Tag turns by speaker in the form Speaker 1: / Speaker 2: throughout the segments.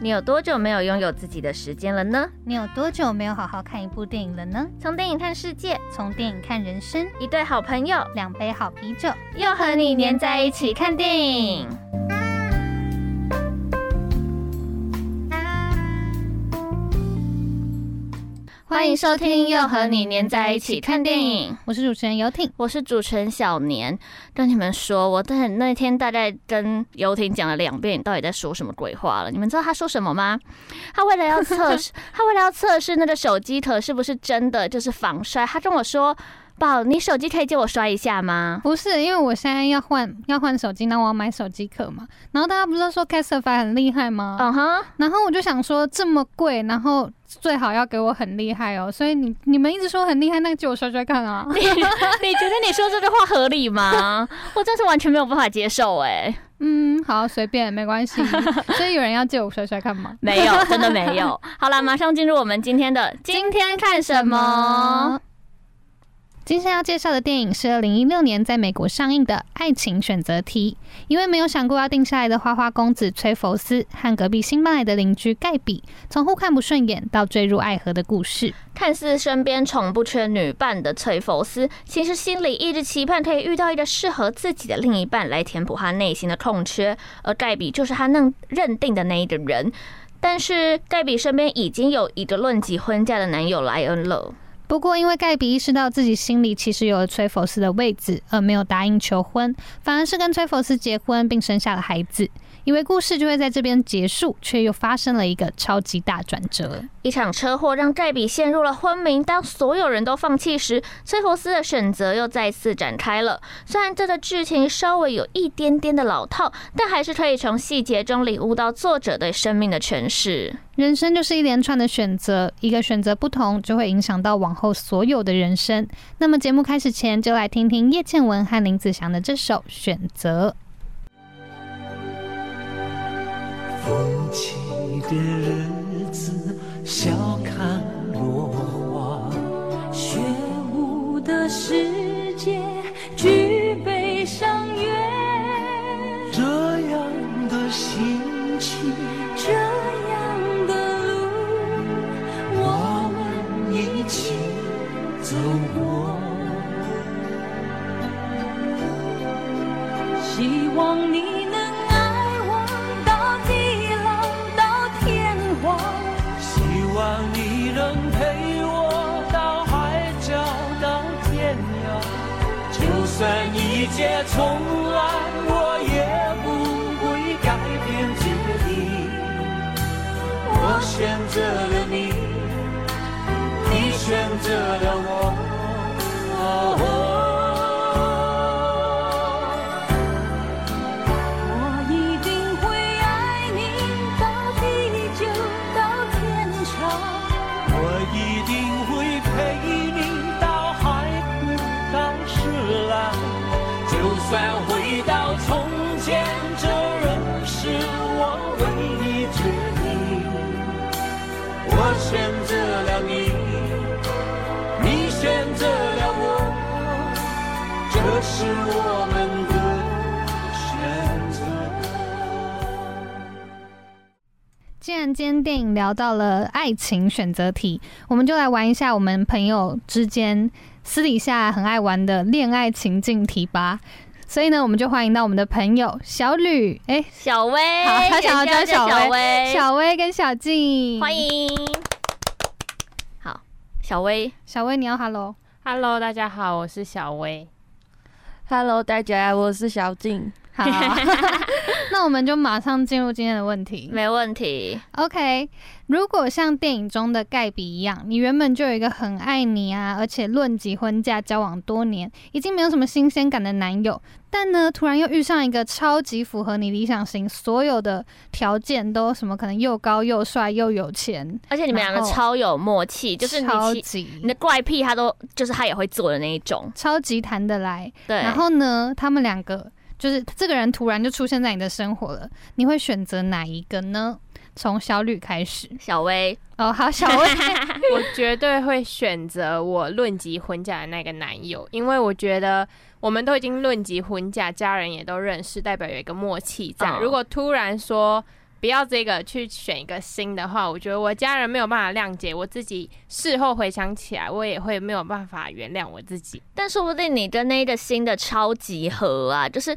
Speaker 1: 你有多久没有拥有自己的时间了呢？
Speaker 2: 你有多久没有好好看一部电影了呢？
Speaker 1: 从电影看世界，
Speaker 2: 从电影看人生，
Speaker 1: 一对好朋友
Speaker 2: 两杯好啤酒，
Speaker 1: 又和你黏在一起看电影。欢迎收听《又和你黏在一起看电影》，
Speaker 2: 我是主持人游艇。
Speaker 1: 我是主持人小年。跟你们说，我在那天大概跟游艇讲了两遍，你到底在说什么鬼话了？你们知道他说什么吗？他为了要 测试，他为了要测试那个手机壳是不是真的就是防摔，他跟我说：“宝，你手机可以借我摔一下吗
Speaker 2: 不是，因为我现在要换要换手机，然后我要买手机壳嘛。然后大家不是都说 Casify 很厉害？”吗？
Speaker 1: 嗯哼，
Speaker 2: 然后我就想说这么贵，然后最好要给我很厉害哦。所以你你们一直说很厉害，那借我摔摔看啊。
Speaker 1: 你你觉得你说这句话合理 吗？我真是完全没有办法接受哎、
Speaker 2: 嗯，好，随便没关系。所以有人要借我摔摔看吗？
Speaker 1: 没有，真的没有。好啦，马上进入我们今天的今天看什么？？
Speaker 2: 今天要介绍的电影是二零一六年在美国上映的《爱情选择题》。一位没有想过要定下来的花花公子崔佛斯和隔壁新搬来的邻居盖比，从互看不顺眼到坠入爱河的故事。
Speaker 1: 看似身边从不缺女伴的崔佛斯，其实心里一直期盼可以遇到一个适合自己的另一半来填补他内心的空缺，而盖比就是他认认定的那一个人。但是盖比身边已经有一个论及婚嫁的男友莱恩了。
Speaker 2: 不过，因为盖比意识到自己心里其实有了崔佛斯的位置，而没有答应求婚，反而是跟崔佛斯结婚并生下了孩子。以为故事就会在这边结束，却又发生了一个超级大转折。
Speaker 1: 一场车祸让盖比陷入了昏迷。当所有人都放弃时，崔佛斯的选择又再次展开了。虽然这个剧情稍微有一点点的老套，但还是可以从细节中领悟到作者对生命的诠释。
Speaker 2: 人生就是一连串的选择，一个选择不同，就会影响到往后所有的人生。那么节目开始前，就来听听叶倩文和林子祥的这首《选择》。
Speaker 3: 风起的日子，笑看落花。
Speaker 4: 雪舞的世界，举杯赏月。
Speaker 3: 这样的心情，
Speaker 4: 这样的路，
Speaker 3: 我
Speaker 4: 我
Speaker 3: 们
Speaker 4: 们
Speaker 3: 一
Speaker 4: 一
Speaker 3: 起
Speaker 4: 起
Speaker 3: 走过。
Speaker 4: 希望你能爱我到地老到天荒。
Speaker 3: 希望你能陪我到海角到天涯，就算一切重来，我也不会改变决定。我选择了你，你选择了我。
Speaker 4: 我一定会爱你到地久到天长。
Speaker 3: 我一定会陪你到海枯到石烂，就算回到从前，这仍是我为你决定。我选择了你，你选择了我，这是我们的选择。
Speaker 2: 既然今天电影聊到了爱情选择题，我们就来玩一下我们朋友之间私底下很爱玩的恋爱情境题吧。所以呢，我们就欢迎到我们的朋友小吕，哎、
Speaker 1: 小薇，
Speaker 2: 好他想要
Speaker 1: 人
Speaker 2: 叫
Speaker 1: 家
Speaker 2: 小
Speaker 1: 小薇，
Speaker 2: 小薇跟小静，
Speaker 1: 哎欢迎。好，小薇，
Speaker 2: 小薇，你要 hello。
Speaker 5: Hello，大家好，我是小薇。
Speaker 6: Hello，大家，我是小静。
Speaker 2: 好，那我们就马上进入今天的问题。
Speaker 1: 没问题。
Speaker 2: OK，如果像电影中的盖比一样，你原本就有一个很爱你啊，而且论及婚嫁交往多年，已经没有什么新鲜感的男友，但呢，突然又遇上一个超级符合你理想型所有的条件，都什么可能又高又帅又有钱，
Speaker 1: 而且你们两个
Speaker 2: 然后
Speaker 1: 超有默契，就是你
Speaker 2: 超
Speaker 1: 其你
Speaker 2: 级
Speaker 1: 的怪癖他都就是他也会做的那一种。
Speaker 2: 超级谈得来。
Speaker 1: 对，
Speaker 2: 然后呢，他们两个就是这个人突然就出现在你的生活了，你会选择哪一个呢？从小吕开始。
Speaker 1: 小薇，
Speaker 2: 哦，好，小 薇，
Speaker 5: 我绝对会选择我论及婚嫁的那个男友，因为我觉得我们都已经论及婚嫁，家人也都认识，代表有一个默契在。
Speaker 6: 哦
Speaker 1: 嗯
Speaker 5: 如果突然说不要这个，去选一个新的话，我觉得我家人没有办法谅解，我自己事后回想起来，我也会没有办法原谅我自己。
Speaker 1: 但说不定你跟那个新的超级合啊，就是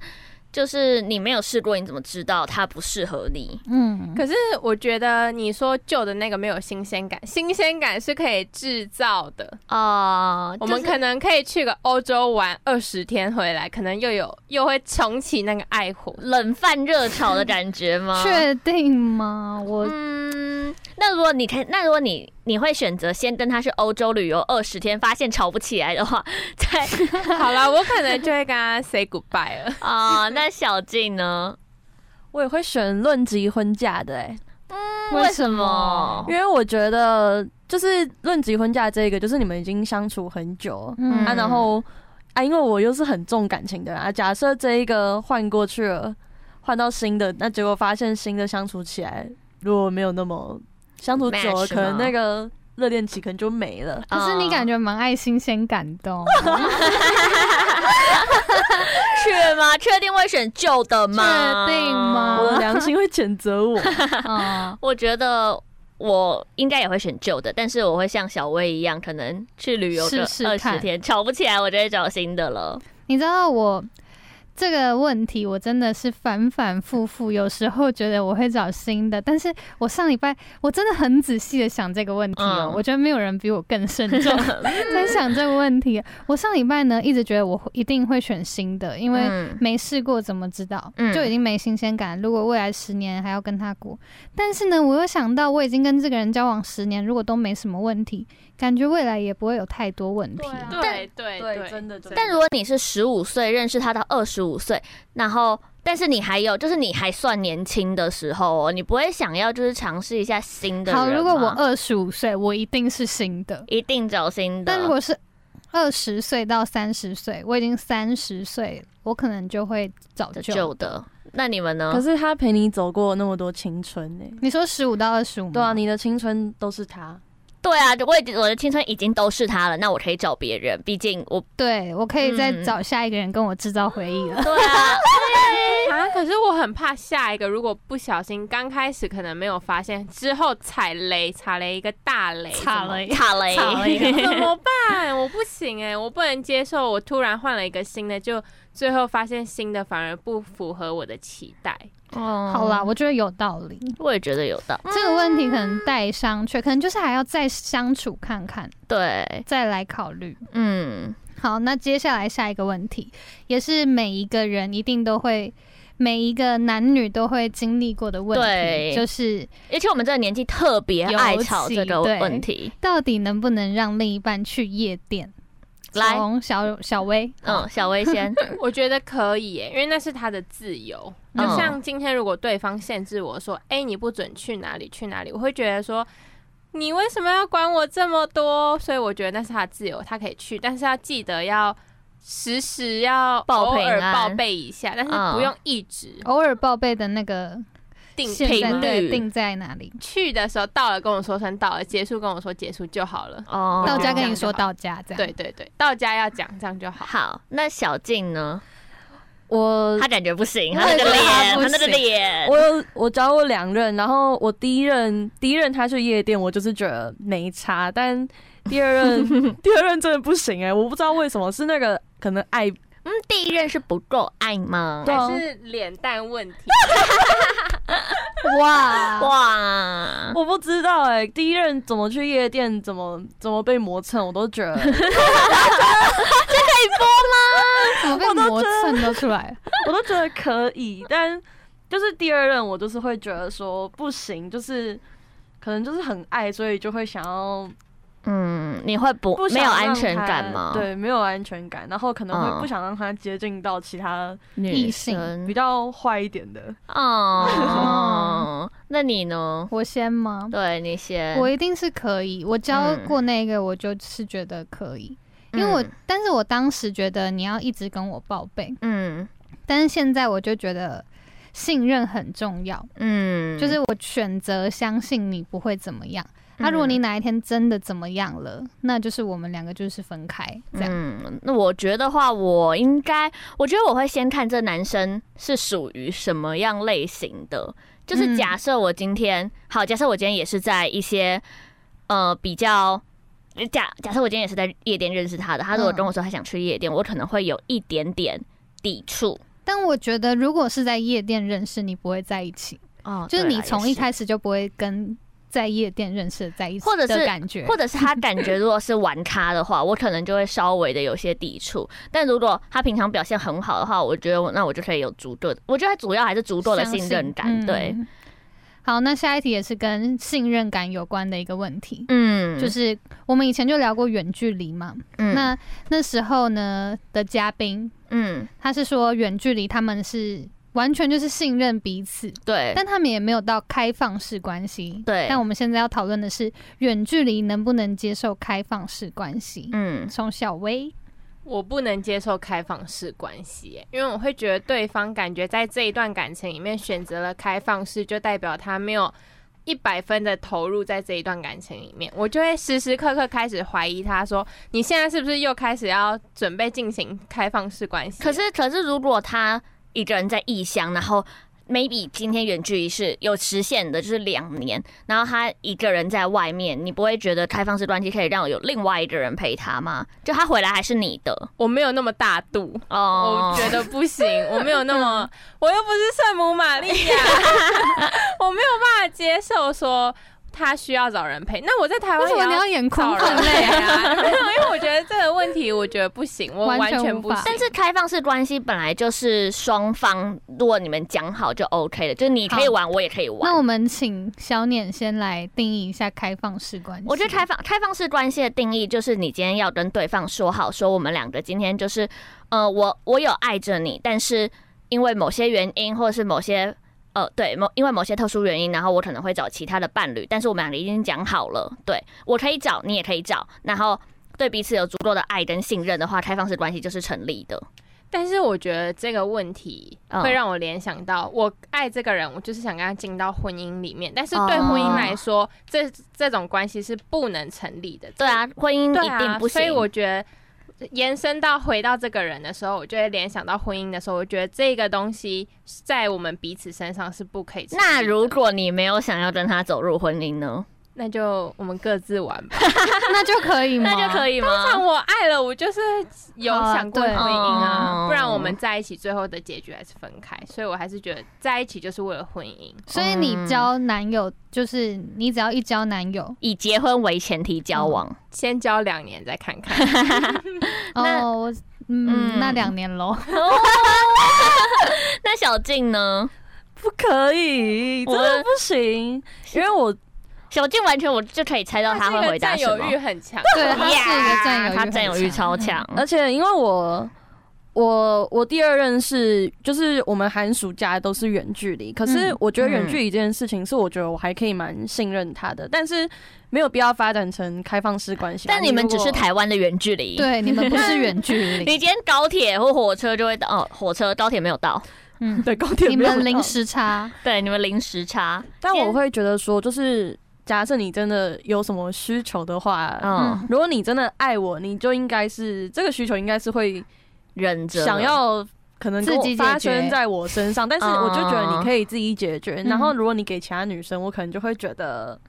Speaker 1: 就是你没有试过，你怎么知道它不适合你？
Speaker 2: 嗯，
Speaker 5: 可是我觉得你说旧的那个没有新鲜感，新鲜感是可以制造的。
Speaker 1: 哦、
Speaker 5: 我们
Speaker 1: 就是
Speaker 5: 可能可以去个欧洲玩二十天回来，可能又有又会重启那个爱 火。
Speaker 1: 冷饭热炒的感觉吗？
Speaker 2: 确定吗？我
Speaker 1: 嗯，那如果你看，那如果你你会选择先跟他去欧洲旅游二十天，发现吵不起来的话， 再
Speaker 5: 好了，我可能就会跟他 say goodbye 了。
Speaker 1: 啊、那小静呢？
Speaker 6: 我也会选论及婚嫁的、欸，
Speaker 2: 为
Speaker 1: 什
Speaker 2: 什
Speaker 1: 么
Speaker 2: 么？
Speaker 6: 因为我觉得就是论及婚嫁这个，就是你们已经相处很久，
Speaker 2: 嗯
Speaker 6: 啊，然后啊，因为我又是很重感情的人啊，假设这一个换过去了，换到新的，那结果发现新的相处起来，如果没有那么相处久
Speaker 1: Match 吗
Speaker 6: 了，可能那个热恋期可能就没了。
Speaker 2: 可是你感觉蛮爱新鲜感的、哦，
Speaker 1: 确吗？确定会选旧的吗？
Speaker 2: 确定吗
Speaker 6: 我的良心会谴责我，
Speaker 2: 嗯，
Speaker 1: 我觉得我应该也会选旧的，但是我会像小薇一样，可能去旅游个
Speaker 2: 试
Speaker 1: 二十
Speaker 2: 试看
Speaker 1: 天，吵不起来，我就会找新的了。
Speaker 2: 你知道我这个问题，我真的是反反复复，有时候觉得我会找新的，但是我上礼拜我真的很仔细的想这个问题哦、
Speaker 1: 嗯
Speaker 2: 我觉得没有人比我更慎重在想这个问题。我上礼拜呢一直觉得我会一定会选新的，因为
Speaker 1: 嗯
Speaker 2: 没试过怎么知道
Speaker 1: 嗯，
Speaker 2: 就已经没新鲜感。如果未来十年还要跟他过，但是呢，我又想到我已经跟这个人交往十年，如果都没什么问题，感觉未来也不会有太多问题。
Speaker 6: 对
Speaker 5: 对啊对
Speaker 6: 对真的真的
Speaker 1: 但如果你是十五岁认识他到二十五岁，然后但是你还有就是你还算年轻的时候哦，你不会想要就是尝试一下新的人
Speaker 2: 好，如果我
Speaker 1: 吗
Speaker 2: 二十五岁，我一定是新的。
Speaker 1: 一定找新的，
Speaker 2: 但如果是二十岁到三十岁，我已经三十岁，我可能就会早
Speaker 1: 的
Speaker 2: 就。
Speaker 1: 旧的，那你们
Speaker 6: 可
Speaker 1: 呢？
Speaker 6: 是他陪你走过那么多青春呢、欸
Speaker 2: 你说十五到二十五，
Speaker 6: 对啊，你的青春都是他，
Speaker 1: 对啊，我已经我的青春已经都是他了，那我可以找别人，毕竟 我
Speaker 2: 对我可以再
Speaker 1: 嗯
Speaker 2: 找下一个人跟我制造回忆了。
Speaker 1: 对啊，
Speaker 5: 啊，可是我很怕下一个，如果不小心刚开始可能没有发现，之后踩雷，踩雷一个大雷，
Speaker 2: 差了一
Speaker 1: 卡雷，
Speaker 2: 差了一 个
Speaker 5: 怎么办？我不行哎、我不能接受，我突然换了一个新的，就最后发现新的反而不符合我的期待。
Speaker 1: 哦
Speaker 2: 好啦，，我觉得有道理。
Speaker 1: 我也觉得有道，
Speaker 2: 这个问题可能带商榷，可能就是还要再相处看看，
Speaker 1: 对，
Speaker 2: 再来考虑。
Speaker 1: 嗯，
Speaker 2: 好，那接下来下一个问题，也是每一个人一定都会，每一个男女都会经历过的问
Speaker 1: 对
Speaker 2: 题，就是
Speaker 1: 而且我们这个年纪特别爱吵这个
Speaker 2: 尤其对
Speaker 1: 问题，
Speaker 2: 到底能不能让另一半去夜店？
Speaker 1: 来
Speaker 2: 从小小薇，
Speaker 1: 嗯，小薇先，
Speaker 5: 我觉得可以耶，因为那是他的自由。就
Speaker 1: 嗯
Speaker 5: 像今天，如果对方限制我说：“哎、你不准去哪里去哪里”，我会觉得说：“你为什么要管我这么多？”所以我觉得那是他的自由，他可以去，但是要记得要时时要
Speaker 1: 报
Speaker 5: 偶
Speaker 1: 平
Speaker 5: 尔
Speaker 1: 安嗯
Speaker 5: 报备一下，但是不用一直
Speaker 2: 偶尔报备的那个
Speaker 5: 定
Speaker 2: 现在
Speaker 1: 频率
Speaker 2: 对定在哪里？
Speaker 5: 去的时候到了跟我说声到了，结束跟我说结束就好了。
Speaker 1: 哦
Speaker 2: 到家
Speaker 5: 这
Speaker 2: 跟
Speaker 5: 样
Speaker 2: 你
Speaker 5: 就
Speaker 2: 说
Speaker 5: 好
Speaker 2: 到家，
Speaker 1: 啊
Speaker 2: 这样
Speaker 5: 对对对，到家要讲，这样就好。
Speaker 1: 好，那小静呢？
Speaker 6: 我
Speaker 1: 她感觉不行，
Speaker 6: 嗯我
Speaker 1: 她那
Speaker 6: 也
Speaker 1: 个
Speaker 6: 觉得
Speaker 1: 脸，
Speaker 6: 她
Speaker 1: 她
Speaker 6: 不
Speaker 1: 那个
Speaker 6: 行
Speaker 1: 脸，
Speaker 6: 我有我交过两任，然后我第一任第一任他去夜店，我就是觉得没差，但第二 任第二任真的不行哎、我不知道为什么是那个可能爱
Speaker 1: 嗯，第一任是不够爱吗？
Speaker 6: 对啊
Speaker 5: 还是脸蛋问题，
Speaker 1: 啊
Speaker 2: 哇，
Speaker 1: 哇，
Speaker 6: 我不知道哎、第一任怎么去夜店，怎么怎么被磨蹭，我都觉 得
Speaker 2: 怎么被磨蹭都出来了？
Speaker 6: 我都觉得可以，但就是第二任我就是会觉得说不行，就是可能就是很爱，所以就会想要
Speaker 1: 嗯，你会不
Speaker 6: 不想
Speaker 1: 没有
Speaker 6: 让
Speaker 1: 安全
Speaker 6: 他
Speaker 1: 感吗？，
Speaker 6: 对，没有安全感，然后可能
Speaker 1: 嗯
Speaker 6: 会不想让他接近到其他
Speaker 1: 女
Speaker 2: 异性
Speaker 1: 生
Speaker 6: 比较坏一点的。
Speaker 1: 哦，那你呢？
Speaker 2: 我先吗？
Speaker 1: 对你先，
Speaker 2: 我一定是可以，我教过那个，我就是觉得可以，因为我
Speaker 1: 嗯，
Speaker 2: 但是我当时觉得你要一直跟我报备，
Speaker 1: 嗯
Speaker 2: 但是现在我就觉得。信任很重要，
Speaker 1: 嗯，
Speaker 2: 就是我选择相信你不会怎么样。那、如果
Speaker 1: 嗯
Speaker 2: 你哪一天真的怎么样了，那就是我们两个就是分开这样。
Speaker 1: 嗯，那我觉得话，我应该，我觉得我会先看这男生是属于什么样类型的。就是
Speaker 2: 嗯
Speaker 1: 假设我今天、好，假设我今天也是在一些呃比较。假假设我今天也是在夜店认识他的，他如果
Speaker 2: 嗯
Speaker 1: 跟我说他想去夜店，我可能会有一点点抵触。
Speaker 2: 但我觉得，如果是在夜店认识，你不会在一起，
Speaker 1: 哦
Speaker 2: 就是你从一
Speaker 1: 始。也是
Speaker 2: 开始就不会跟在夜店认识的在一起，
Speaker 1: 或者是
Speaker 2: 的感觉，
Speaker 1: 或者是他感觉如果是玩咖的话，我可能就会稍微的有些抵触。 但如果他平常表现很好的话，我觉得我那我就可以有足够的，我觉得主要还是足够的
Speaker 2: 相
Speaker 1: 信任感。
Speaker 2: 嗯
Speaker 1: 对，
Speaker 2: 好，那下一题也是跟信任感有关的一个问题，
Speaker 1: 嗯，
Speaker 2: 就是我们以前就聊过远距离嘛，
Speaker 1: 嗯
Speaker 2: 那那时候呢的嘉宾，
Speaker 1: 嗯
Speaker 2: 他是说远距离他们是完全就是信任彼此，
Speaker 1: 对，
Speaker 2: 但他们也没有到开放式关系。
Speaker 1: 对
Speaker 2: 但我们现在要讨论的是远距离能不能接受开放式关系。
Speaker 1: 嗯
Speaker 2: 从小薇，
Speaker 5: 我不能接受开放式关系耶，因为我会觉得对方感觉在这一段感情里面选择了开放式，就代表他没有一百分的投入在这一段感情里面，我就会时时刻刻开始怀疑他说，你现在是不是又开始要准备进行开放式关系？
Speaker 1: 可是可是如果他一个人在异乡，然后。maybe 今天远距离是有时限的，就是两年。然后他一个人在外面，你不会觉得开放式关系可以让有另外一个人陪他吗？就他回来还是你的
Speaker 5: 我没有那么大度。
Speaker 1: 哦。
Speaker 5: 我觉得不行，我没有那么，我又不是圣母玛利亚，我没有办法接受说他需要找人陪。那我在台
Speaker 2: 为
Speaker 5: 湾
Speaker 2: 什么
Speaker 5: 也要
Speaker 2: 你要眼
Speaker 5: 找
Speaker 2: 眶
Speaker 5: 人
Speaker 2: 泛
Speaker 5: 陪
Speaker 2: 泪？
Speaker 5: 啊？ 没有，因为我觉得这个问题，我觉得不行，我
Speaker 2: 完
Speaker 5: 完
Speaker 2: 全
Speaker 5: 全
Speaker 2: 无
Speaker 5: 不
Speaker 2: 法
Speaker 5: 行。
Speaker 1: 但是开放式关系本来就是双方，如果你们讲好就 OK 了，就是你可以玩，我也可以
Speaker 2: 那我
Speaker 1: 玩。
Speaker 2: 们请小念先来定义一下开放式关系。
Speaker 1: 我觉得开放开放式关系的定义就是，你今天要跟对方说好，说我们两个今天就是，呃，我我有爱着你，但是因为某些原因或者是某些呃对某因为某些特殊原因，然后我可能会找其他的伴侣，但是我们两个已经讲好了，对我可以找，你也可以找，然后对彼此有足够的爱跟信任的话，开放式关系就是成立的。
Speaker 5: 但是我觉得这个问题
Speaker 1: 嗯
Speaker 5: 会让我联想到，我爱这个人，我就是想跟他进到婚姻里面。但是对
Speaker 1: 哦
Speaker 5: 婚姻来说，这这种关系是不能成立的。
Speaker 1: 对啊，婚姻
Speaker 5: 对
Speaker 1: 一定
Speaker 5: 啊，
Speaker 1: 不行。
Speaker 5: 所以我觉得延伸到回到这个人的时候，我就会联想到婚姻的时候，我觉得这个东西在我们彼此身上是不可以成立的。
Speaker 1: 那如果你没有想要跟他走入婚姻呢？
Speaker 5: 那就我们各自玩吧。
Speaker 2: 那就可以吗？
Speaker 1: 那就可
Speaker 2: 以。
Speaker 1: 以
Speaker 5: 但
Speaker 1: 吗？
Speaker 5: 我爱了，我就是有想过婚姻
Speaker 1: 啊对
Speaker 5: 啊，不然我们在一起最后的结局还是分开，所以我还是觉得在一起就是为了婚姻。
Speaker 2: 所以你交男友，就是你只要一交男友，
Speaker 1: 以结婚为前提交往，
Speaker 5: 先交两年再看 看，
Speaker 1: 那
Speaker 2: 哦，我
Speaker 1: 嗯
Speaker 2: 嗯，那两年 喽。
Speaker 1: 那小静呢？
Speaker 6: 不可以，真
Speaker 1: 我
Speaker 6: 嗯的不行，因为我
Speaker 1: 小静完全我就可以猜到他会回答
Speaker 5: 占
Speaker 1: 什
Speaker 5: 有
Speaker 1: 么
Speaker 5: 欲。很强。
Speaker 2: 对，他是一个占有欲，
Speaker 1: 他占有欲。超强。
Speaker 6: 而且因为我我我第二任是就是我们寒暑假都是远距离，可是
Speaker 2: 嗯
Speaker 6: 我觉得远距离这件事情是我觉得我还可以蛮信任他的，但是没有必要发展成开放式关系啊。
Speaker 1: 但你们
Speaker 6: 如
Speaker 1: 只
Speaker 6: 果
Speaker 1: 是台湾的远距离，，
Speaker 2: 对，你们不是远距
Speaker 1: 你
Speaker 2: 离，
Speaker 1: 今天高铁或火车就会到，哦，火车高铁没有到，
Speaker 2: 嗯，
Speaker 6: 对高铁
Speaker 2: 你
Speaker 6: 没有
Speaker 2: 们
Speaker 6: 到
Speaker 2: 零，时差，
Speaker 1: 对，你们零时差，
Speaker 6: 但
Speaker 1: 先
Speaker 6: 我会觉得说，就是假设你真的有什么需求的话，
Speaker 1: 嗯，
Speaker 6: 如果你真的爱我，你就应该是这个需求应该是会
Speaker 1: 忍着了，
Speaker 6: 想要可能跟
Speaker 2: 自己解
Speaker 6: 我发
Speaker 2: 决
Speaker 6: 生在我身上，但是
Speaker 1: 啊
Speaker 6: 我就觉得你可以自己解决。
Speaker 2: 嗯
Speaker 6: 然后如果你给其他女生，我可能就会觉得，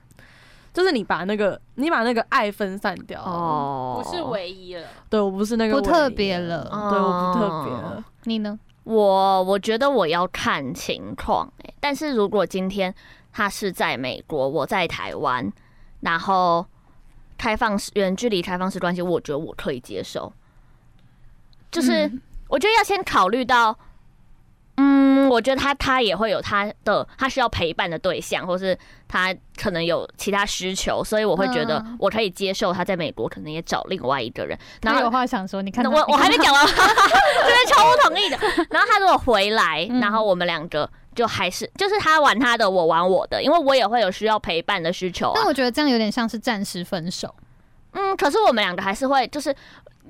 Speaker 6: 就是你把那个你把那个爱分散掉。哦，
Speaker 1: 哦，
Speaker 5: 一了，
Speaker 6: 对我不是那个
Speaker 2: 不特
Speaker 6: 唯一
Speaker 2: 别了
Speaker 6: 对我不特别
Speaker 1: 哦
Speaker 6: 了。
Speaker 2: 你呢？
Speaker 1: 我我觉得我要看情况、欸，但是如果今天他是在美国，我在台湾，然后开放式远距离开放式关系，我觉得我可以接受。就是、
Speaker 2: 嗯
Speaker 1: 我觉得要先考虑到，嗯，我觉得他他也会有他的他需要陪伴的对象，或是他可能有其他需求，所以我会觉得
Speaker 2: 嗯
Speaker 1: 我可以接受他在美国可能也找另外一个人。然
Speaker 2: 他
Speaker 1: 后
Speaker 2: 有话想说，你看
Speaker 1: 那
Speaker 2: 他
Speaker 1: 我我还没，讲 完，这边超不同意 的。然后他如果回来，
Speaker 2: 嗯
Speaker 1: 然后我们两个就还是就是他玩他的，我玩我的，因为我也会有需要陪伴的需求
Speaker 2: 但
Speaker 1: 啊。
Speaker 2: 我觉得这样有点像是暂时分手，
Speaker 1: 嗯，可是我们两个还是会就是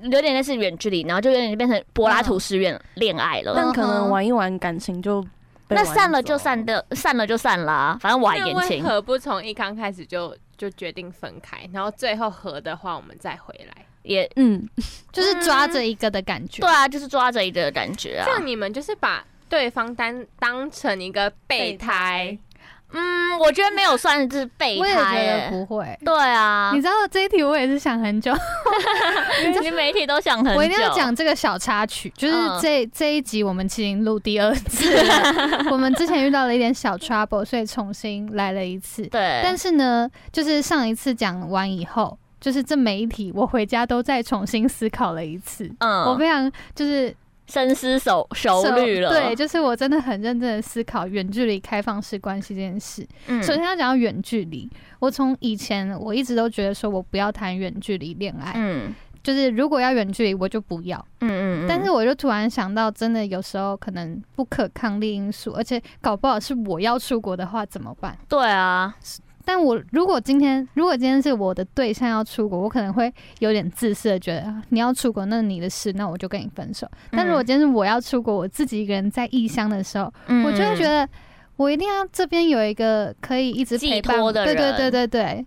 Speaker 1: 有点类似远距离，然后就有点变成柏拉图式恋恋爱了。
Speaker 6: 但可能玩一玩感情就被
Speaker 1: 那
Speaker 6: 玩
Speaker 1: 散了
Speaker 6: 走
Speaker 1: 就散的，散了就散啦，反正我还
Speaker 5: 那
Speaker 1: 年
Speaker 5: 为
Speaker 1: 轻。
Speaker 5: 何不从一刚开始就就决定分开，然后最后合的话我们再回来？
Speaker 1: 也
Speaker 6: 嗯，
Speaker 2: 就是抓着一个的感觉。
Speaker 1: 嗯对啊，就是抓着一个的感觉啊
Speaker 5: 这。样你们就是把对方当当成一个备胎，
Speaker 1: 嗯，我觉得没有算是备
Speaker 2: 我也
Speaker 1: 胎、
Speaker 2: 觉得
Speaker 1: 欸。
Speaker 2: 不会。
Speaker 1: 对啊
Speaker 2: 你，知道这一题我也是想很久，
Speaker 1: 你媒体都想很久。
Speaker 2: 我一定要讲这个小插曲，就是
Speaker 1: 嗯
Speaker 2: 这、这一集我们其实已经录第二 次了，我们之前遇到了一点小 trouble，所以重新来了一次。
Speaker 1: 对，
Speaker 2: 但是呢，就是上一次讲完以后，就是这每一题我回家都再重新思考了一次，我
Speaker 1: 嗯，
Speaker 2: 非常就是
Speaker 1: 深思熟熟虑了。
Speaker 2: 对，，就是我真的很认真的思考远距离开放式关系这件事。
Speaker 1: 嗯
Speaker 2: 首先要讲到远距离，我从以前我一直都觉得说我不要谈远距离恋爱，
Speaker 1: 嗯
Speaker 2: 就是如果要远距离我就不要。
Speaker 1: 嗯嗯嗯，
Speaker 2: 但是我就突然想到，真的有时候可能不可抗力因素，而且搞不好是我要出国的话怎么办？
Speaker 1: 对啊，
Speaker 2: 但我如果今天如果今天是我的对象要出国，我可能会有点自私的觉得啊你要出国那你的事，那我就跟你分手。但如果今天是我要出国，我自己一个人在异乡的时候，
Speaker 1: 嗯
Speaker 2: 我就会觉
Speaker 1: 嗯
Speaker 2: 得我一定要这边有一个可以一直陪伴
Speaker 1: 寄托
Speaker 2: 我，
Speaker 1: 的
Speaker 2: 对对
Speaker 1: 人
Speaker 2: 对对对。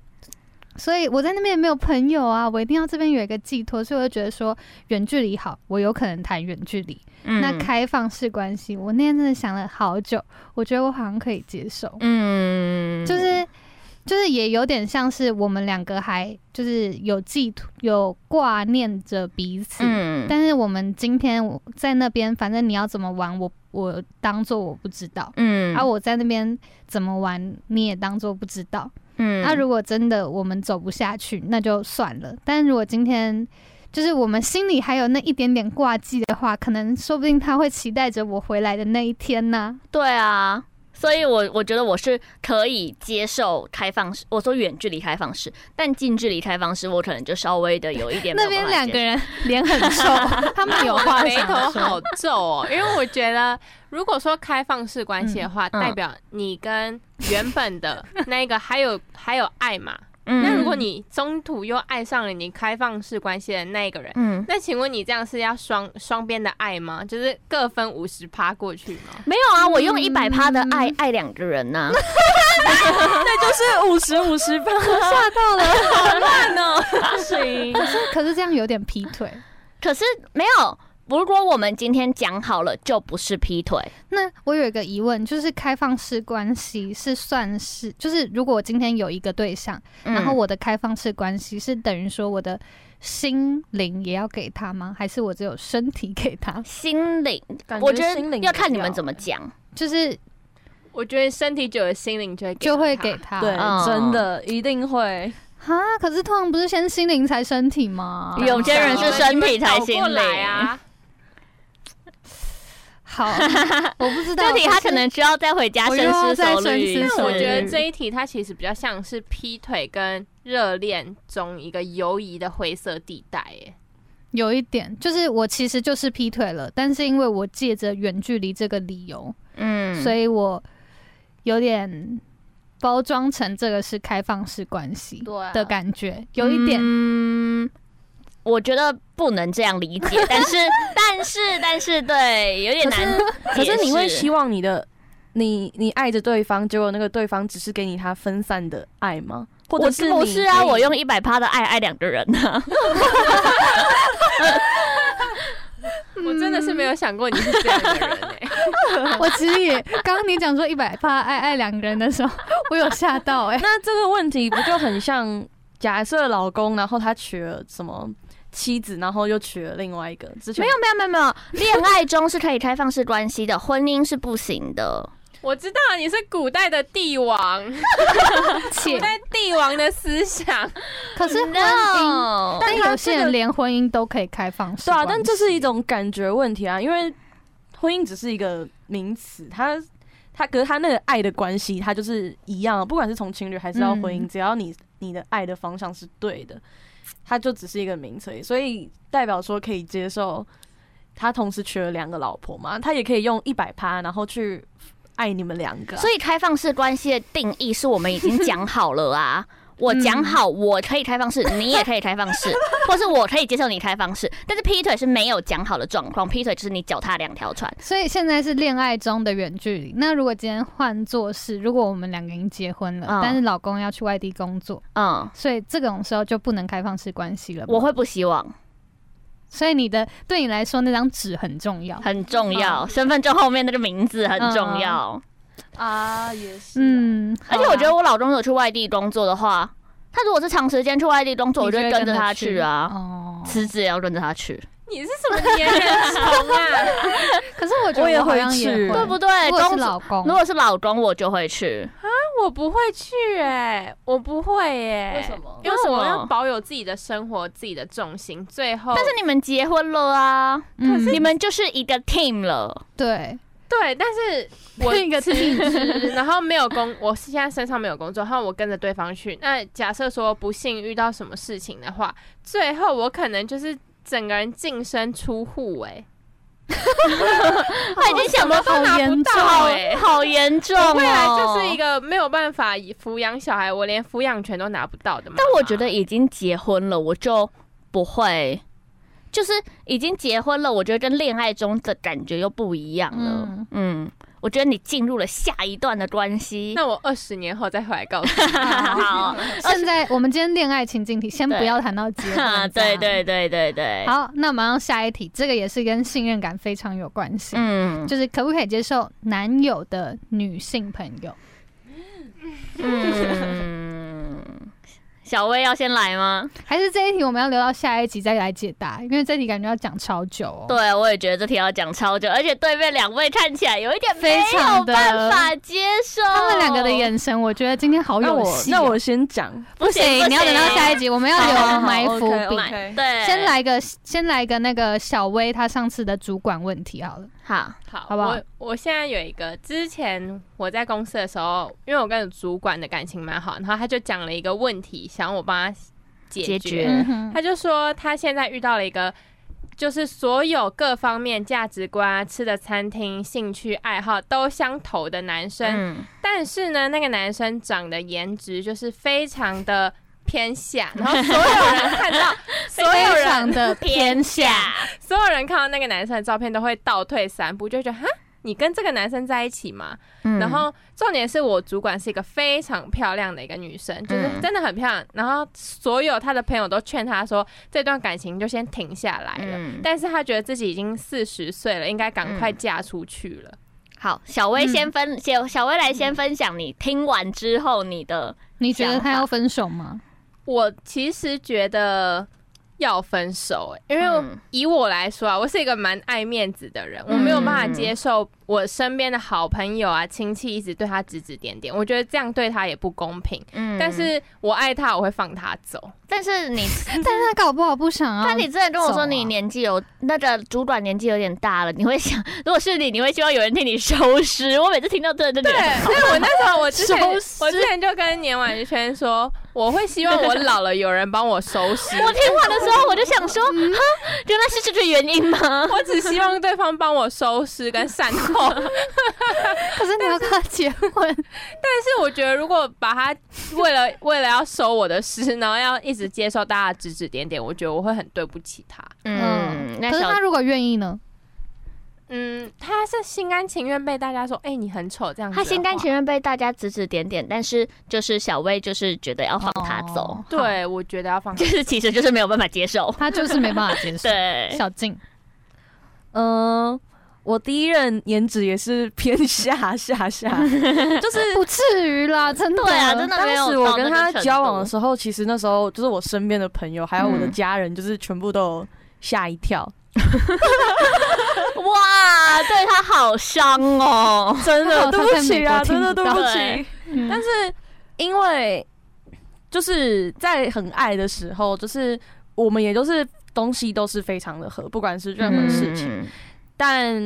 Speaker 2: 所以我在那边也没有朋友啊，我一定要这边有一个寄托，所以我就觉得说远距离好，我有可能谈远距离。
Speaker 1: 嗯
Speaker 2: 那开放式关系，我那天真的想了好久，我觉得我好像可以接受，
Speaker 1: 嗯，
Speaker 2: 就是就是也有点像是我们两个还就是有寄托有挂念着彼此，
Speaker 1: 嗯，
Speaker 2: 但是我们今天我在那边，反正你要怎么玩，我我当做我不知道。
Speaker 1: 嗯，
Speaker 2: 啊，我在那边怎么玩，你也当做不知道。
Speaker 1: 嗯，
Speaker 2: 那、啊如果真的我们走不下去，那就算了。但如果今天就是我们心里还有那一点点挂记的话，可能说不定他会期待着我回来的那一天呢、
Speaker 1: 对啊，所以我我觉得我是可以接受开放式，我说远距离开放式，但近距离开放式我可能就稍微的有一点没
Speaker 2: 那
Speaker 1: 有办
Speaker 2: 边
Speaker 1: 法
Speaker 2: 两
Speaker 1: 接
Speaker 2: 个人脸很臭，他们有 话
Speaker 5: 眉头
Speaker 2: 想说。
Speaker 5: 好皱哦。因为我觉得，如果说开放式关系的话，
Speaker 1: 嗯嗯
Speaker 5: 代表你跟原本的那个还有还有爱嘛。
Speaker 1: 嗯
Speaker 5: 那如果你中途又爱上了你开放式关系的那一个人，
Speaker 1: 嗯。
Speaker 5: 那请问你这样是要双双边的爱吗？就是各分五十趴过去吗？
Speaker 1: 没有啊，我用一百趴的
Speaker 2: 嗯
Speaker 1: 爱、爱两个人啊呐、
Speaker 6: 那就是五十五十 分，
Speaker 2: 可是可是这样有点劈腿。
Speaker 1: 可是没有，如果我们今天讲好了，就不是劈腿。
Speaker 2: 那我有一个疑问，就是开放式关系是算是，就是如果我今天有一个对象，
Speaker 1: 嗯
Speaker 2: 然后我的开放式关系是等于说我的心灵也要给他吗？还是我只有身体给他？
Speaker 1: 嗯心灵，
Speaker 6: 感
Speaker 1: 我觉
Speaker 6: 心
Speaker 1: 得
Speaker 6: 灵
Speaker 1: 要看你们
Speaker 6: 有
Speaker 1: 怎么
Speaker 6: 欸。
Speaker 1: 讲。
Speaker 2: 就是
Speaker 5: 我觉得身体久了，心灵就会
Speaker 2: 就会
Speaker 5: 他
Speaker 2: 给他。
Speaker 6: 对，
Speaker 1: 嗯
Speaker 6: 真的一定会。
Speaker 2: 哈，可是通常不是先心灵才身体吗？
Speaker 1: 有些人是身体才心
Speaker 5: 你们倒过来
Speaker 1: 灵
Speaker 5: 啊。
Speaker 2: 好，我不知道
Speaker 1: 这里他
Speaker 2: 可
Speaker 1: 可
Speaker 2: 是
Speaker 1: 能需要再回家
Speaker 2: 啊我
Speaker 1: 深
Speaker 2: 又要
Speaker 1: 思
Speaker 2: 再
Speaker 1: 熟
Speaker 2: 深
Speaker 1: 虑一
Speaker 2: 思
Speaker 1: 次。
Speaker 2: 熟
Speaker 5: 我觉得
Speaker 2: 虑
Speaker 5: 这一题它其实比较像是劈腿跟热恋中一个游移的灰色地带，哎，
Speaker 2: 有一点，就是我其实就是劈腿了，但是因为我借着远距离这个理由，
Speaker 1: 嗯，
Speaker 2: 所以我有点包装成这个是开放式关系
Speaker 5: 对啊
Speaker 2: 的感觉，有一点。
Speaker 1: 嗯，我觉得不能这样理解，但是但是但是，对，有点
Speaker 6: 可是
Speaker 1: 难
Speaker 6: 可
Speaker 1: 解 释。
Speaker 6: 是你会希望你的你你爱着对方，结果那个对方只是给你他分散的爱吗？或
Speaker 1: 我
Speaker 6: 者是
Speaker 1: 不
Speaker 6: 你
Speaker 1: 是啊？
Speaker 6: 可以
Speaker 1: 我用一百趴的爱爱两个人啊呢、
Speaker 5: 我真的是没有想过你是这样的人哎、
Speaker 2: 嗯我其实也，刚刚你讲说一百趴爱爱两个人的时候， 我有吓到哎、
Speaker 6: 那这个问题不就很像假设老公，然后他娶了什么妻子，然后又娶了另外一个，之前
Speaker 1: 没有没有没有没有，恋爱中是可以开放式关系的，婚姻是不行的。
Speaker 5: 我知道你是古代的 帝王，古
Speaker 2: 且
Speaker 5: 代帝王的思想，
Speaker 2: 可是婚姻，
Speaker 1: no，
Speaker 2: 但
Speaker 6: 他
Speaker 2: 有
Speaker 6: 这
Speaker 2: 些
Speaker 6: 个
Speaker 2: 人连婚姻都可以开放式
Speaker 6: 对啊，
Speaker 2: 关
Speaker 6: 但
Speaker 2: 系
Speaker 6: 这是一种感觉问题啊，因为婚姻只是一个名词，它它可是它那个爱的关系，它就是一样，啊不管是从情侣还是到婚姻，
Speaker 2: 嗯
Speaker 6: 只要你你的爱的方向是对的，它就只是一个名词而已，所以代表说可以接受。他同时娶了两个老婆嘛，他也可以用一百趴，然后去爱你们两个啊、
Speaker 1: 所以开放式关系的定义是我们已经讲好了啊。我讲好我可以开放式，你也可以开放式，或是我可以接受你开放式，但是劈腿是没有讲好的状况，劈腿就是你脚踏两条船。
Speaker 2: 所以现在是恋爱中的远距离。那如果今天换作是，如果我们两个已经结婚了，
Speaker 1: 嗯
Speaker 2: 但是老公要去外地工作，
Speaker 1: 嗯，
Speaker 2: 所以这种时候就不能开放式关系了吧。
Speaker 1: 我会不希望，
Speaker 2: 所以你的对你来说那张纸很重要。
Speaker 1: 很重要，身份证后面那个名字很重要。
Speaker 5: 啊，也是嗯，
Speaker 2: 嗯，
Speaker 1: 而且我觉得我老公有去外地工作的话，他如果是长时间去外地工作，我就会跟着他去啊，
Speaker 2: 哦，
Speaker 1: 辞职也要跟着他去，
Speaker 5: 你是什么年人虫啊？
Speaker 2: 可是我觉得
Speaker 6: 我也
Speaker 2: 好像
Speaker 6: 会
Speaker 2: 也
Speaker 6: 去
Speaker 2: 会
Speaker 1: 对不对？
Speaker 2: 如果是
Speaker 1: 公司
Speaker 2: 老公，
Speaker 1: 如果是老公，我就会去。
Speaker 5: 我不会去哎、我不会哎、
Speaker 6: 为什么
Speaker 5: 因为
Speaker 1: 为
Speaker 5: 我
Speaker 1: 什么
Speaker 5: 要保有自己的生活，自己的重心。最后，
Speaker 1: 但是你们结婚了啊，
Speaker 2: 嗯
Speaker 1: 你们就是一个 team 了。
Speaker 2: 对，
Speaker 5: 对，但是我辞职， 然后没有工，我现在身上没有工作，然后我跟着对方去。那假设说不幸遇到什么事情的话，最后我可能就是整个人净身出户 哎、哦
Speaker 1: 他已经想到
Speaker 5: 都拿不到
Speaker 1: 好
Speaker 5: 哎、
Speaker 1: 好严重
Speaker 5: 未来就是一
Speaker 1: 哦。
Speaker 5: 个没有办法以抚养小孩，我连抚养权都拿不到的嘛。
Speaker 1: 但我觉得已经结婚了，我就不会，就是已经结婚了，我觉得跟恋爱中的感觉又不一样了。
Speaker 2: 嗯
Speaker 1: 嗯，我觉得你进入了下一段的关系。
Speaker 5: 那我二十年后再回来 告诉你。
Speaker 1: 好，，
Speaker 2: 现在我们今天恋爱情境题，先不要谈到结婚
Speaker 1: 对对对对
Speaker 2: 这
Speaker 1: 对
Speaker 2: 样。，好，那马上下一题，这个也是跟信任感非常有关系，
Speaker 1: 嗯
Speaker 2: 就是可不可以接受男友的女性朋友？
Speaker 1: 嗯，小薇要先来吗？
Speaker 2: 还是这一题我们要留到下一集再来解答，因为这题感觉要讲超久哦。
Speaker 1: 对，我也觉得这题要讲超久，而且对面两位看起来有一点没
Speaker 2: 非
Speaker 1: 有
Speaker 2: 常的
Speaker 1: 办法接受。
Speaker 2: 他们两个的眼神，我觉得今天好
Speaker 6: 那
Speaker 2: 有
Speaker 6: 我
Speaker 2: 戏哦、
Speaker 6: 那我先讲，
Speaker 2: 不行，你要等到下一集，我们要留埋伏笔。
Speaker 1: 买，对，
Speaker 2: 先来个，先来个那个小薇她上次的主管问题好了。
Speaker 1: 好，
Speaker 5: 好，
Speaker 2: 好不好
Speaker 5: 我我现在有一个，之前我在公司的时候，因为我跟主管的感情蛮好，然后他就讲了一个问题，想要我帮他解
Speaker 1: 解
Speaker 5: 决。
Speaker 1: 决
Speaker 2: 嗯哼，
Speaker 5: 他就说他现在遇到了一个，就是所有各方面价值观啊、吃的餐厅、兴趣爱好都相投的男生，
Speaker 1: 嗯，
Speaker 5: 但是呢，那个男生长得颜值就是非常的偏下，然后所有人看 到，所有
Speaker 2: 非
Speaker 5: 人
Speaker 2: 常的
Speaker 1: 偏下，
Speaker 5: 所有人看到那个男生的照片都会倒退三步，就会觉得哈，你跟这个男生在一起吗？
Speaker 2: 嗯
Speaker 1: 然
Speaker 5: 然后重点是我主管是一个非常漂亮的一个女生，就是
Speaker 1: 嗯
Speaker 5: 真的很漂亮。然后所有她的朋友都劝她说，这段感情就先停下来了。
Speaker 1: 嗯
Speaker 5: 但是她觉得自己已经四十岁了，应该赶快
Speaker 1: 嗯
Speaker 5: 嫁出去了。
Speaker 1: 好，小薇先分，
Speaker 5: 嗯
Speaker 1: 小小薇来先分享你听完之后你的，
Speaker 2: 你觉得他要分手吗？
Speaker 5: 我其实觉得要分手、欸因为
Speaker 1: 嗯
Speaker 5: 以我来说啊，我是一个蛮爱面子的人，我没有办法接受我身边的好朋友啊、亲戚一直对他指指点点，我觉得这样对他也不公平。
Speaker 1: 嗯
Speaker 5: 但是我爱他，我会放他走。
Speaker 1: 但是你，
Speaker 2: 但是他搞不好不想啊。
Speaker 1: 但你之前跟我
Speaker 2: 走
Speaker 1: 说
Speaker 2: 啊
Speaker 1: 你年纪有那个主管年纪有点大了，你会想，如果是你，你会希望有人替你收尸。我每次听到这个就觉
Speaker 5: 对
Speaker 1: 得，，
Speaker 5: 所以我那时候我之前
Speaker 6: 收拾
Speaker 5: 我之前就跟年婉轩说，我会希望我老了有人帮我收 拾，
Speaker 1: 我听完的时候我就想说，哈，原来是这个原因吗？
Speaker 5: 我只希望对方帮我收拾跟善后。
Speaker 2: 可是你要跟他结婚，
Speaker 5: 但是我觉得，如果把他为了为了要收我的尸，然后要一直接受大家的指指点点，我觉得我会很对不起他。
Speaker 1: 嗯，那
Speaker 2: 可是
Speaker 1: 小
Speaker 2: 他如果愿意呢？
Speaker 5: 嗯，他是心甘情愿被大家说，哎、你很丑这样子。
Speaker 1: 他心甘情。愿被大家指指点点，但是就是小薇就是觉得要放他走，
Speaker 2: 哦，
Speaker 5: 对，我觉得要放
Speaker 1: 就。是其实就是没有办法接受。
Speaker 2: 他就是没办法接受。
Speaker 1: 对，
Speaker 2: 小静，
Speaker 6: 嗯、我第一任颜值也是偏下 下下，就是
Speaker 2: 不至于啦，真的。
Speaker 1: 对啊，真的没有
Speaker 6: 嗯当时
Speaker 1: 到
Speaker 6: 我
Speaker 1: 那个
Speaker 6: 跟他
Speaker 1: 程
Speaker 6: 交往
Speaker 1: 度
Speaker 6: 的时候，其实那时候就是我身边的朋友还有我的
Speaker 1: 嗯
Speaker 6: 家人，就是全部都有吓一跳，
Speaker 1: 哇，对他好伤哦。
Speaker 6: 真
Speaker 2: 还
Speaker 6: 的
Speaker 2: 好
Speaker 6: 对
Speaker 2: 他
Speaker 6: 不
Speaker 2: 在
Speaker 6: 起
Speaker 2: 美
Speaker 6: 啊，
Speaker 2: 国
Speaker 6: 真的
Speaker 2: 听
Speaker 6: 对
Speaker 2: 不
Speaker 6: 不
Speaker 1: 到
Speaker 6: 起。
Speaker 2: 嗯
Speaker 6: 但是因为就是在很爱的时候，就是我们也就是东西都是非常的合，不管是任何事情，
Speaker 1: 嗯
Speaker 6: 但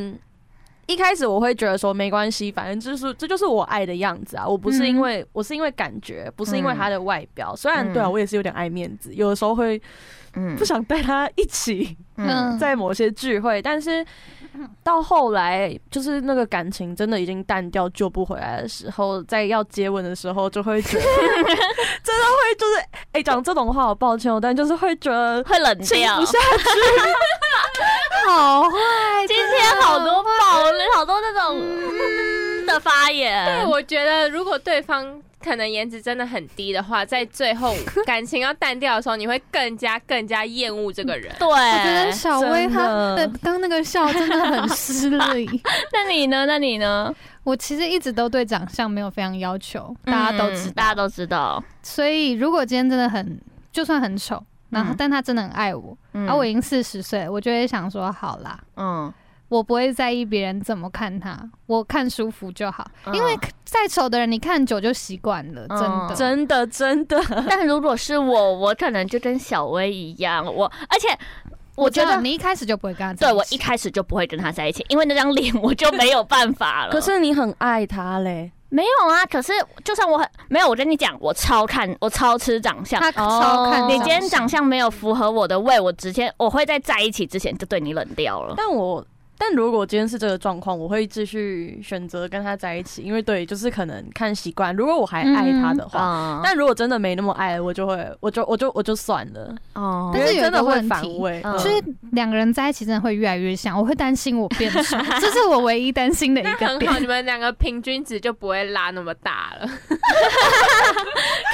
Speaker 6: 一开始我会觉得说没关系，反正就是这就是我爱的样子啊。我不是因为、我是因为感觉，不是因为他的外表。虽然对啊，
Speaker 1: 嗯
Speaker 6: 我也是有点爱面子，有的时候会
Speaker 1: 嗯
Speaker 6: 不想带他一起
Speaker 1: 嗯
Speaker 6: 在某些聚会，但是到后来就是那个感情真的已经淡掉救不回来的时候，在要接吻的时候就会 觉得真的会就是哎讲、这种话好抱歉哦，但就是会觉得
Speaker 1: 会冷
Speaker 6: 亲
Speaker 1: 掉
Speaker 6: 不。下去，好坏。
Speaker 1: 今天好多暴力，好多那种嗯的发
Speaker 5: 对，
Speaker 1: 言。
Speaker 5: 我觉得如果对方可能颜值真的很低的话，在最后感情要淡掉的时候，你会更加更加厌恶这个人。
Speaker 1: 对，
Speaker 2: 我觉得小薇她
Speaker 6: 真
Speaker 2: 的
Speaker 6: 的
Speaker 2: 刚那个笑真的很失礼。
Speaker 1: 那你呢？那你呢？
Speaker 2: 我其实一直都对长相没有非常要求，大家都知
Speaker 1: 嗯
Speaker 2: 道。
Speaker 1: 大家都知道。
Speaker 2: 所以如果今天真的很，就算很丑，然后
Speaker 1: 嗯
Speaker 2: 但他真的很爱我，
Speaker 1: 嗯
Speaker 2: 然后我已经四十岁了，我就会想说，好啦，
Speaker 1: 嗯，
Speaker 2: 我不会在意别人怎么看他，我看舒服就好。
Speaker 1: 嗯
Speaker 2: 因为再丑的人，你看久就习惯了，真
Speaker 1: 嗯
Speaker 2: 的。
Speaker 6: 真的真的，
Speaker 1: 但如果是我，我可能就跟小薇一样，我而且我
Speaker 2: 我
Speaker 1: 觉
Speaker 2: 觉
Speaker 1: 得
Speaker 2: 得你一开始就不会跟他在
Speaker 1: 对我
Speaker 2: 起
Speaker 1: 一开始就不会跟他在一起，因为那张脸我就没有办法了。
Speaker 6: 可是你很爱他嘞，
Speaker 1: 没有啊，可是就算我很没有，我跟你讲，我超看我超吃长相。
Speaker 2: 他超看
Speaker 6: 哦
Speaker 2: 长相
Speaker 1: 你今天长相没有符合我的胃，我直接我会在在一起之前就对你冷掉了。
Speaker 6: 但我但如果今天是这个状况，我会继续选择跟他在一起，因为对，就是可能看习惯。如果我还爱他的话，
Speaker 1: 啊
Speaker 6: 但如果真的没那么爱，我就会，我就我就我就算了，
Speaker 1: 哦
Speaker 2: 但是
Speaker 6: 因
Speaker 2: 有
Speaker 6: 为
Speaker 2: 一
Speaker 6: 真
Speaker 2: 个
Speaker 6: 的会
Speaker 2: 问
Speaker 6: 反
Speaker 2: 题
Speaker 6: 胃。
Speaker 1: 嗯
Speaker 2: 就是两个人在一起真的会越来越像，我会担心我变丑，这是我唯一担心的一
Speaker 5: 那
Speaker 2: 个
Speaker 5: 很
Speaker 2: 点
Speaker 5: 好，。你们两嗯个平均值就不会拉那么大了，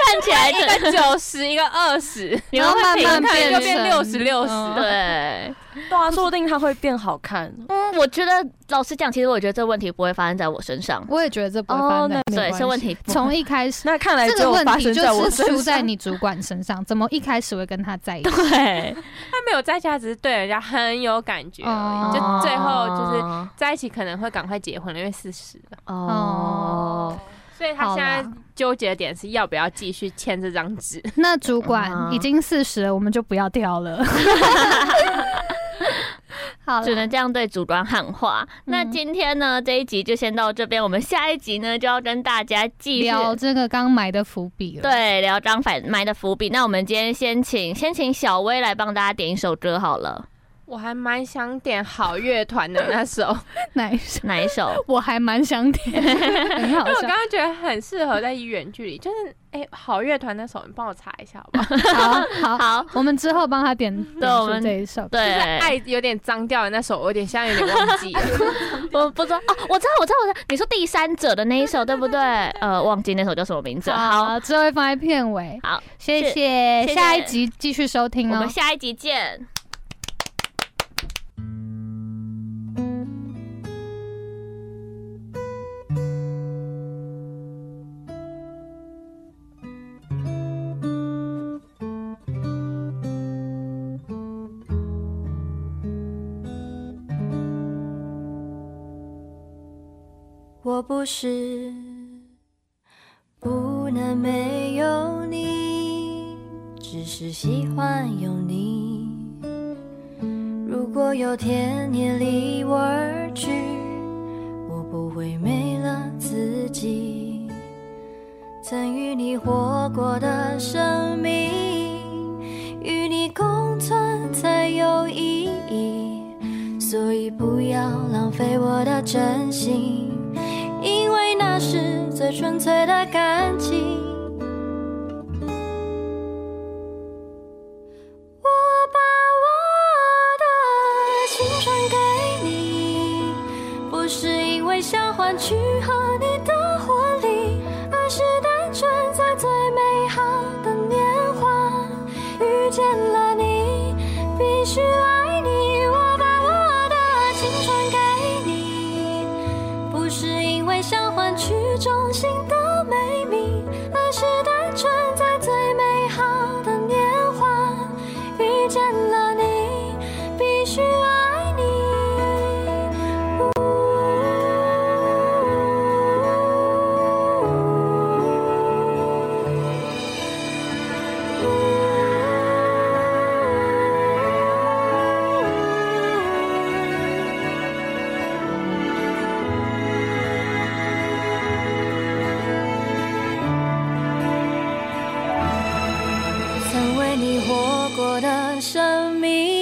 Speaker 1: 看起来
Speaker 5: 一
Speaker 1: 就
Speaker 5: 个九十，一个二 十，
Speaker 1: 你们会平
Speaker 5: 可
Speaker 2: 慢慢
Speaker 5: 能就
Speaker 2: 变
Speaker 5: 变
Speaker 2: 成
Speaker 5: 六十六十。
Speaker 2: 嗯
Speaker 1: 对。
Speaker 6: 对啊，说不定他会变好看。
Speaker 1: 嗯，我觉得老实讲，其实我觉得这问题不会发生在我身上。
Speaker 2: 我也觉得这不会发
Speaker 6: 哦
Speaker 2: 生
Speaker 6: 那
Speaker 2: 在你
Speaker 1: 对，
Speaker 2: 关
Speaker 1: 这问
Speaker 2: 系
Speaker 1: 题不
Speaker 2: 从一开 始。
Speaker 6: 那看来
Speaker 2: 这
Speaker 6: 只有
Speaker 2: 个问
Speaker 6: 哎发
Speaker 2: 题
Speaker 6: 生在
Speaker 2: 就
Speaker 6: 我
Speaker 2: 是
Speaker 6: 身
Speaker 2: 出在
Speaker 6: 上。
Speaker 2: 你主管身上，怎么一开始会跟他在一起？
Speaker 1: 对，
Speaker 5: 他没有在家，只是对人家很有感觉 而
Speaker 2: 哦
Speaker 5: 已。就最后就是
Speaker 1: 是
Speaker 5: 在一起，可能会赶快结婚了，因为四十了。
Speaker 1: 哦，
Speaker 5: 所以他
Speaker 2: 好
Speaker 5: 现在
Speaker 2: 啦
Speaker 5: 纠结的点是要不要继续签这张纸。
Speaker 2: 那主管
Speaker 1: 嗯
Speaker 2: 已经四十了，我们就不要挑了。好
Speaker 1: 哦只
Speaker 2: 了，
Speaker 1: 能这样对主管喊话。那今天呢，这一集就先到这边，我们下一集呢就要跟大家继续。
Speaker 2: 聊这个刚埋的伏笔了。，
Speaker 1: 对，聊张反埋的伏笔。那我们今天先请先请小薇来帮大家点一首歌好了，
Speaker 5: 我还蛮想点好乐团的那首，
Speaker 2: 哪一首？？
Speaker 1: 哪一首
Speaker 2: 我还蛮想点，很好
Speaker 5: 因为我
Speaker 2: 笑
Speaker 5: 刚。刚觉得很适合在远距离，就是哎、好乐团那首，你帮我查一下好不好？ 就
Speaker 2: 好好，
Speaker 1: 好，
Speaker 2: 我们之后帮他点
Speaker 1: 对
Speaker 2: 点
Speaker 1: 我
Speaker 2: 出
Speaker 1: 们
Speaker 2: 这一首。
Speaker 1: 对
Speaker 5: 是，爱有点脏掉的那首，我有点现在有点忘记了。
Speaker 1: 我不知道哦，我知道，我知道，我知道，你说第三者的那一首对不对？呃，忘记那首叫什么名字。好，
Speaker 2: 好，之后会放在片尾。
Speaker 1: 好，
Speaker 2: 谢
Speaker 1: 是
Speaker 2: 谢，
Speaker 1: 谢谢
Speaker 2: 下一集继续收听
Speaker 1: 我
Speaker 2: 哦
Speaker 1: 们。下一集见。
Speaker 4: 我不是不能没有你，只是喜欢有你。如果有天你离我而去，我不会没了自己。曾与你活过的生命，与你共存才有意义。所以不要浪费我的真心，因为那是最纯粹的感情。我把我的青春给你，不是因为想换取和你的婚礼，而是单纯在最美好的年华遇见了你，必须爱你。我把我的青春给你，不是因为想换取中心的美名，而你活过的生命。